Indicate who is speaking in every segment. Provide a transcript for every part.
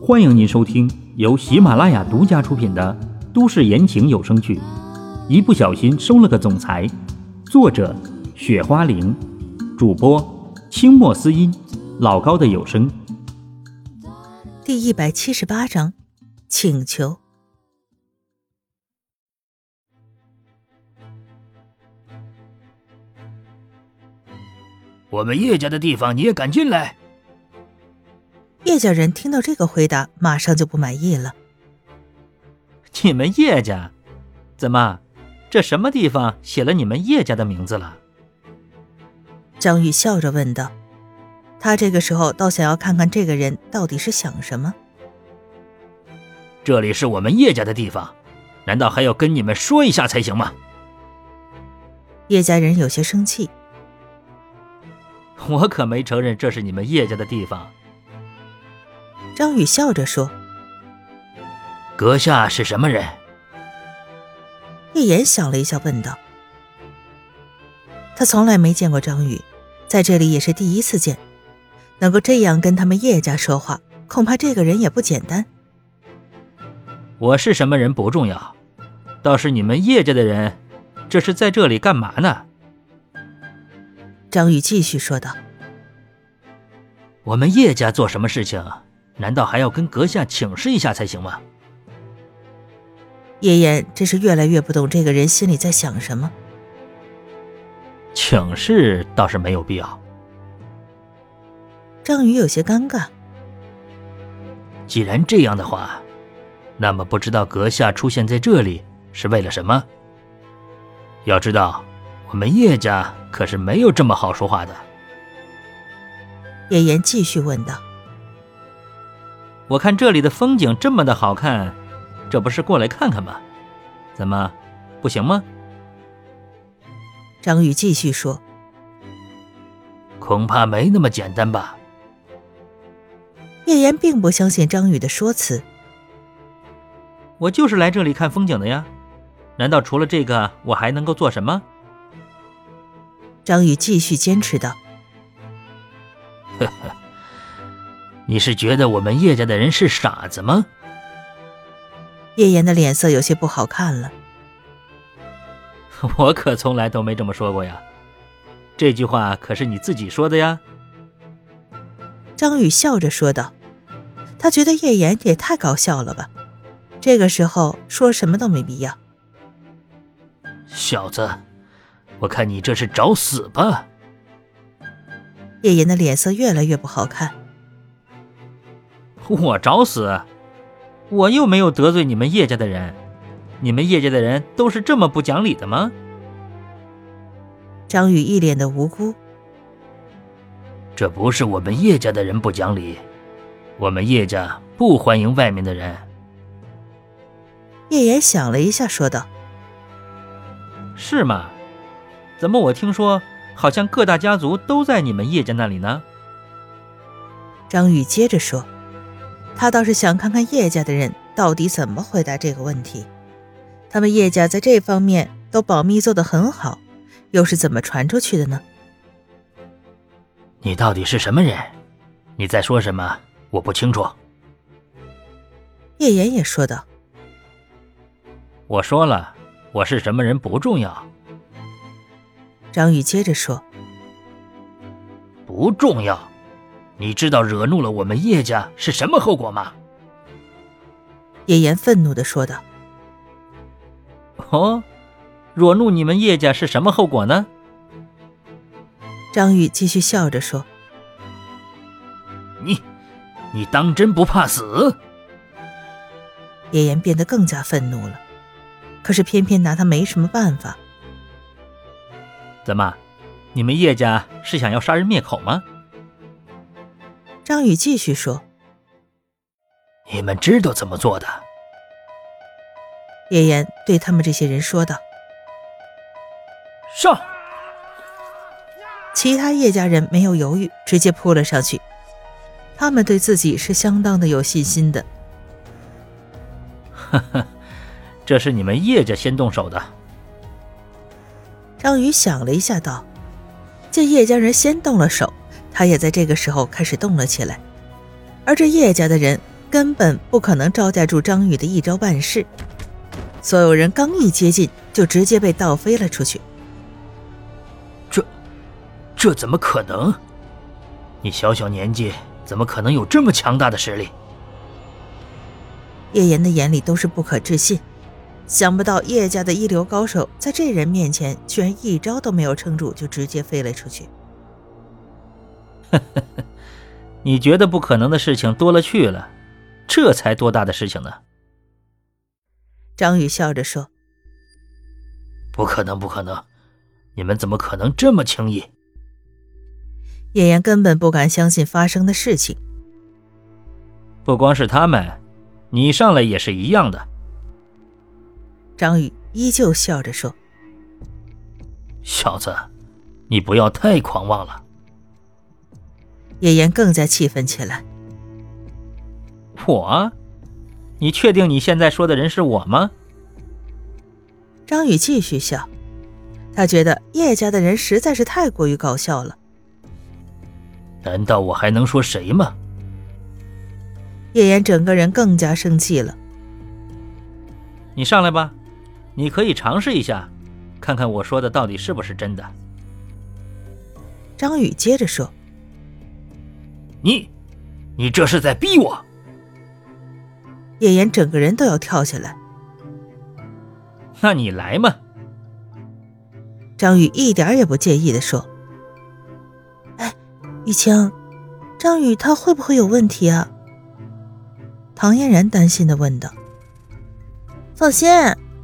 Speaker 1: 欢迎您收听由喜马拉雅独家出品的都市言情有声剧《一不小心收了个总裁》，作者：雪花玲，主播：清墨思音，老高的有声。
Speaker 2: 第一百七十八章，请求。
Speaker 3: 我们叶家的地方你也敢进来？
Speaker 2: 叶家人听到这个回答，马上就不满意了。
Speaker 1: 你们叶家，怎么，这什么地方写了你们叶家的名字了？
Speaker 2: 张宇笑着问道。他这个时候倒想要看看这个人到底是想什么。
Speaker 3: 这里是我们叶家的地方，难道还要跟你们说一下才行吗？
Speaker 2: 叶家人有些生气。
Speaker 1: 我可没承认这是你们叶家的地方。
Speaker 2: 张宇笑着说：“
Speaker 3: 阁下是什么人？”
Speaker 2: 叶岩想了一下，问道：“他从来没见过张宇，在这里也是第一次见，能够这样跟他们叶家说话，恐怕这个人也不简单。
Speaker 1: 我是什么人不重要，倒是你们叶家的人，这是在这里干嘛呢？”
Speaker 2: 张宇继续说道：“
Speaker 3: 我们叶家做什么事情、啊？”难道还要跟阁下请示一下才行吗？
Speaker 2: 叶岩真是越来越不懂这个人心里在想什么。
Speaker 3: 请示倒是没有必要。
Speaker 2: 张宇有些尴尬。
Speaker 3: 既然这样的话，那么不知道阁下出现在这里是为了什么？要知道，我们叶家可是没有这么好说话的。
Speaker 2: 叶岩继续问道。
Speaker 1: 我看这里的风景这么的好看，这不是过来看看吗？怎么，不行吗？
Speaker 2: 张宇继续说：“
Speaker 3: 恐怕没那么简单吧。”
Speaker 2: 叶岩并不相信张宇的说辞：“
Speaker 1: 我就是来这里看风景的呀，难道除了这个我还能够做什么？”
Speaker 2: 张宇继续坚持道：“
Speaker 3: 呵呵。”你是觉得我们叶家的人是傻子吗？
Speaker 2: 叶岩的脸色有些不好看了。
Speaker 1: 我可从来都没这么说过呀，这句话可是你自己说的呀。
Speaker 2: 张宇笑着说道，他觉得叶岩也太搞笑了吧，这个时候说什么都没必要。
Speaker 3: 小子，我看你这是找死吧！
Speaker 2: 叶岩的脸色越来越不好看。
Speaker 1: 我找死！我又没有得罪你们叶家的人，你们叶家的人都是这么不讲理的吗？
Speaker 2: 张宇一脸的无辜。
Speaker 3: 这不是我们叶家的人不讲理，我们叶家不欢迎外面的人。
Speaker 2: 叶岩想了一下，说道：“
Speaker 1: 是吗？怎么我听说好像各大家族都在你们叶家那里呢？”
Speaker 2: 张宇接着说。他倒是想看看叶家的人到底怎么回答这个问题。他们叶家在这方面都保密做得很好，又是怎么传出去的呢？
Speaker 3: 你到底是什么人？你在说什么？我不清楚。
Speaker 2: 叶岩也说道：“
Speaker 1: 我说了，我是什么人不重要。”
Speaker 2: 张宇接着说：“
Speaker 3: 不重要。”你知道惹怒了我们叶家是什么后果吗？
Speaker 2: 叶岩愤怒的说道。
Speaker 1: “哦，惹怒你们叶家是什么后果呢？”
Speaker 2: 张宇继续笑着说。
Speaker 3: “你，你当真不怕死？”
Speaker 2: 叶岩变得更加愤怒了，可是偏偏拿他没什么办法。
Speaker 1: “怎么，你们叶家是想要杀人灭口吗？”
Speaker 2: 张宇继续说：“
Speaker 3: 你们知道怎么做的。”
Speaker 2: 叶岩对他们这些人说道：“
Speaker 3: 上！”
Speaker 2: 其他叶家人没有犹豫，直接扑了上去。他们对自己是相当的有信心的。
Speaker 1: 哈哈，这是你们叶家先动手的。
Speaker 2: 张宇想了一下，道：“见叶家人先动了手。”他也在这个时候开始动了起来，而这叶家的人根本不可能招架住张宇的一招半式。所有人刚一接近，就直接被倒飞了出去。
Speaker 3: 这，这怎么可能？你小小年纪，怎么可能有这么强大的实力？
Speaker 2: 叶岩的眼里都是不可置信，想不到叶家的一流高手在这人面前居然一招都没有撑住，就直接飞了出去。
Speaker 3: 你觉得不可能的事情多了去了，这才多大的事情呢？
Speaker 2: 张宇笑着说
Speaker 3: 不可能，不可能！你们怎么可能这么轻易？：“
Speaker 2: 叶岩根本不敢相信发生的事情。
Speaker 3: 不光是他们，你上来也是一样的。”
Speaker 2: 张宇依旧笑着说
Speaker 3: 小子，你不要太狂妄了。：“
Speaker 2: 叶岩更加气愤起来。
Speaker 3: 我？你确定你现在说的人是我吗？”
Speaker 2: 张宇继续笑，他觉得叶家的人实在是太过于搞笑了。
Speaker 3: 难道我还能说谁吗？
Speaker 2: 叶岩整个人更加生气了。
Speaker 3: 你上来吧，你可以尝试一下，看看我说的到底是不是真的。
Speaker 2: 张宇接着说
Speaker 3: 你，你这是在逼我！：“
Speaker 2: 叶岩整个人都要跳起来。
Speaker 3: 那你来嘛。”
Speaker 2: 张宇一点儿也不介意地说：“哎，雨晴，张宇他会不会有问题啊？”唐嫣然担心地问道。“放心，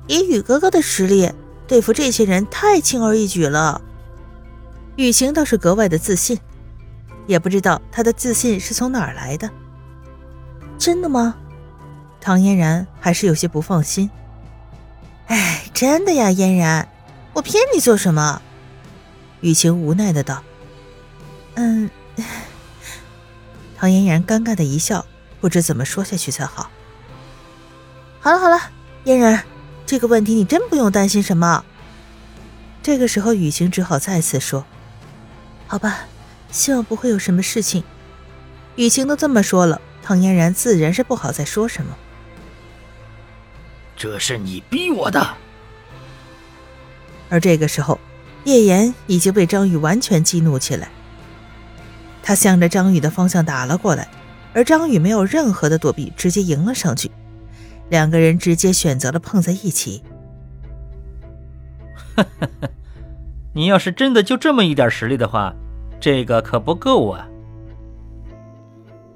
Speaker 2: 以宇哥哥的实力，对付这些人太轻而易举了。”雨晴倒是格外的自信，也不知道她的自信是从哪儿来的。真的吗？唐嫣然还是有些不放心。哎，真的呀，嫣然，我骗你做什么？雨晴无奈的道：“嗯。” 唐嫣然尴尬的一笑，不知怎么说下去才好。好了好了，嫣然，这个问题你真不用担心什么。这个时候，雨晴只好再次说：“好吧，希望不会有什么事情。”雨晴都这么说了，唐嫣然自然是不好再说什么。
Speaker 3: 这是你逼我的。
Speaker 2: 而这个时候，叶岩已经被张宇完全激怒起来，他向着张宇的方向打了过来，而张宇没有任何的躲避，直接迎了上去，两个人直接选择了碰在一起。
Speaker 3: 你要是真的就这么一点实力的话，这个可不够啊！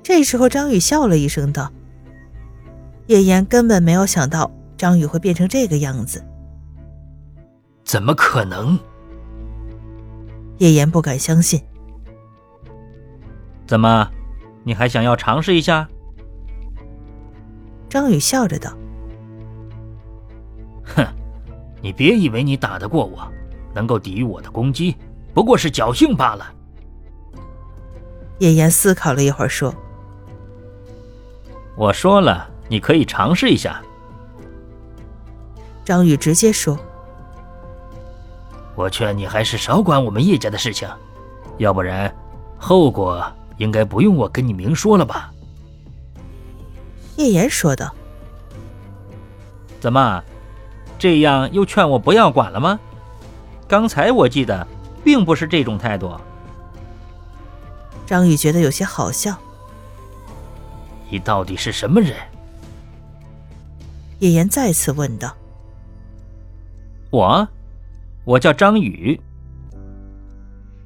Speaker 2: 这时候，张宇笑了一声道：“叶岩根本没有想到张宇会变成这个样子。”
Speaker 3: 怎么可能？
Speaker 2: 叶岩不敢相信，
Speaker 3: 怎么，你还想要尝试一下？
Speaker 2: 张宇笑着道
Speaker 3: 你别以为你打得过我，能够抵御我的攻击，不过是侥幸罢了。：“
Speaker 2: 叶岩思考了一会儿，说
Speaker 3: 我说了，你可以尝试一下。：‘
Speaker 2: 张宇直接说，
Speaker 3: 我劝你还是少管我们叶家的事情，要不然，后果应该不用我跟你明说了吧？
Speaker 2: 叶岩说道。’
Speaker 3: 怎么，这样又劝我不要管了吗？刚才我记得，并不是这种态度。
Speaker 2: 张宇觉得有些好笑。
Speaker 3: 你到底是什么人？
Speaker 2: 叶岩再次问道。
Speaker 3: 我，我叫张宇。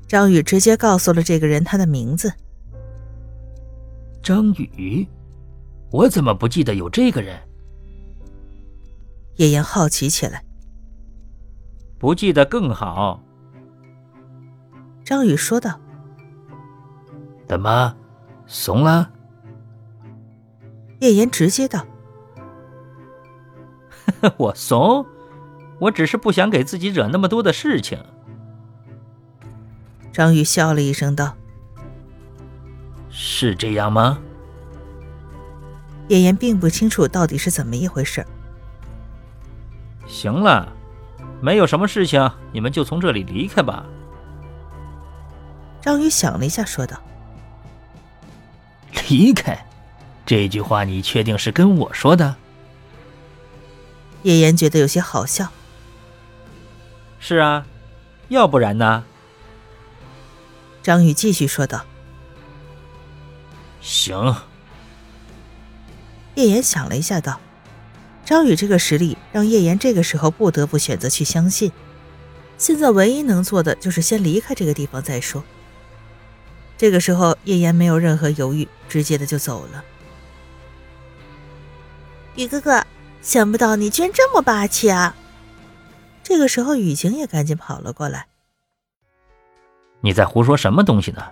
Speaker 2: 张宇直接告诉了这个人他的名字。
Speaker 3: 张宇，我怎么不记得有这个人？
Speaker 2: 叶岩好奇起来。
Speaker 3: 不记得更好。
Speaker 2: 张宇说道。
Speaker 3: 怎么，怂了？
Speaker 2: 叶岩直接道。
Speaker 3: 我怂？我只是不想给自己惹那么多的事情。
Speaker 2: 张宇笑了一声道。
Speaker 3: 是这样吗？
Speaker 2: 叶岩并不清楚到底是怎么一回事儿。
Speaker 3: 行了，没有什么事情，你们就从这里离开吧。
Speaker 2: 张宇想了一下，说道
Speaker 3: 离开？这句话你确定是跟我说的？
Speaker 2: 叶岩觉得有些好笑。
Speaker 1: 是啊，要不然呢？
Speaker 2: 张宇继续说道。
Speaker 3: 行，
Speaker 2: 叶岩想了一下，道：“张宇这个实力，让叶岩这个时候不得不选择去相信。现在唯一能做的就是先离开这个地方再说。”这个时候，叶岩没有任何犹豫，直接的就走了。
Speaker 4: 宇哥哥，想不到你居然这么霸气啊！
Speaker 2: 这个时候，雨晴也赶紧跑了过来。
Speaker 3: 你在胡说什么东西呢？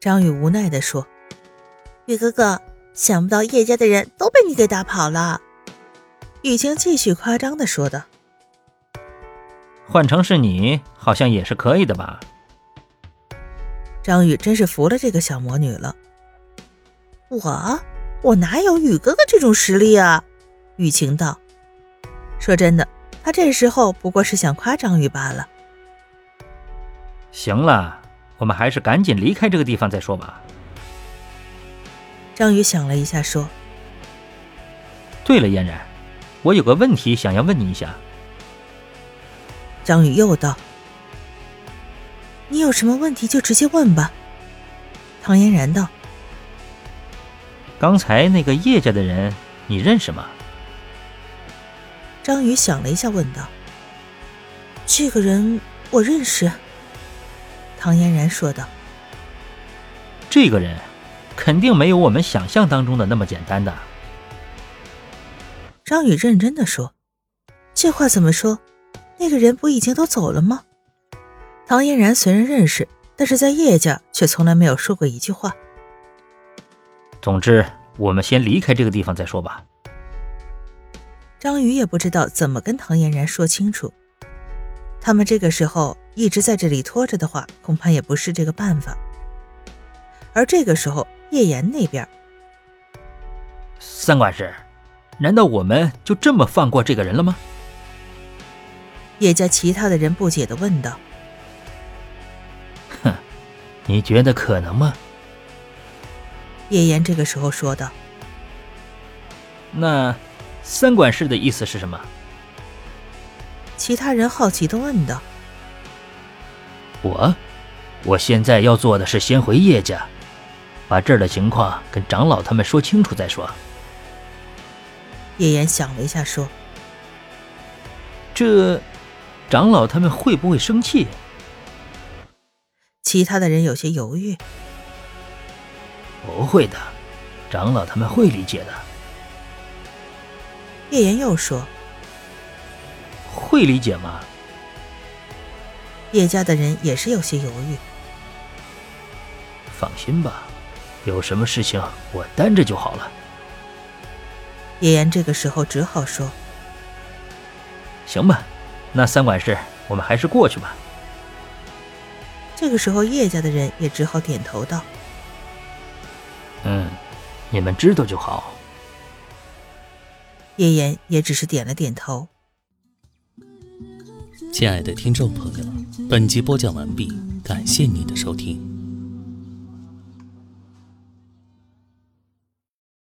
Speaker 2: 张宇无奈的说：“
Speaker 4: 宇哥哥，想不到叶家的人都被你给打跑了。”
Speaker 2: 雨晴继续夸张的说道：“
Speaker 3: 换成是你，好像也是可以的吧？”
Speaker 2: 张宇真是服了这个小魔女了。
Speaker 4: 我我哪有宇哥哥这种实力啊？
Speaker 2: 雨晴道。说真的，他这时候不过是想夸张宇罢了。
Speaker 3: 行了，我们还是赶紧离开这个地方再说吧。
Speaker 2: 张宇想了一下，说：“
Speaker 3: 对了，嫣然，我有个问题想要问你一下。”
Speaker 2: 张宇又道：“你有什么问题就直接问吧。”唐嫣然道：“
Speaker 3: 刚才那个叶家的人，你认识吗？”
Speaker 2: 张宇想了一下，问道：“这个人我认识。”唐嫣然说道：“
Speaker 3: 这个人肯定没有我们想象当中的那么简单的。”
Speaker 2: 张宇认真的说：“这话怎么说？那个人不已经都走了吗？”唐嫣然虽然认识，但是在叶家却从来没有说过一句话。
Speaker 3: 总之，我们先离开这个地方再说吧。
Speaker 2: 张宇也不知道怎么跟唐嫣然说清楚，他们这个时候一直在这里拖着的话，恐怕也不是这个办法。而这个时候，叶岩那边，
Speaker 3: 三管事，难道我们就这么放过这个人了吗？
Speaker 2: 叶家其他的人不解的问道：“
Speaker 3: 哼，你觉得可能吗？”
Speaker 2: 叶岩这个时候说道：“
Speaker 3: 那。”三管事的意思是什么？
Speaker 2: 其他人好奇的问道。
Speaker 3: 我，我现在要做的是先回叶家，把这儿的情况跟长老他们说清楚再说。
Speaker 2: 叶岩想了一下，说：“
Speaker 3: 这，长老他们会不会生气？”
Speaker 2: 其他的人有些犹豫。
Speaker 3: 不会的，长老他们会理解的。
Speaker 2: 叶岩又说：“
Speaker 3: 会理解吗？”
Speaker 2: 叶家的人也是有些犹豫。
Speaker 3: 放心吧，有什么事情我担着就好了。
Speaker 2: 叶岩这个时候只好说：“
Speaker 3: 行吧，那三管事，我们还是过去吧。”
Speaker 2: 这个时候，叶家的人也只好点头道：“
Speaker 3: 嗯，你们知道就好。”
Speaker 2: 叶岩也只是点了点头。
Speaker 5: 亲爱的听众朋友，本集播讲完毕，感谢您的收听。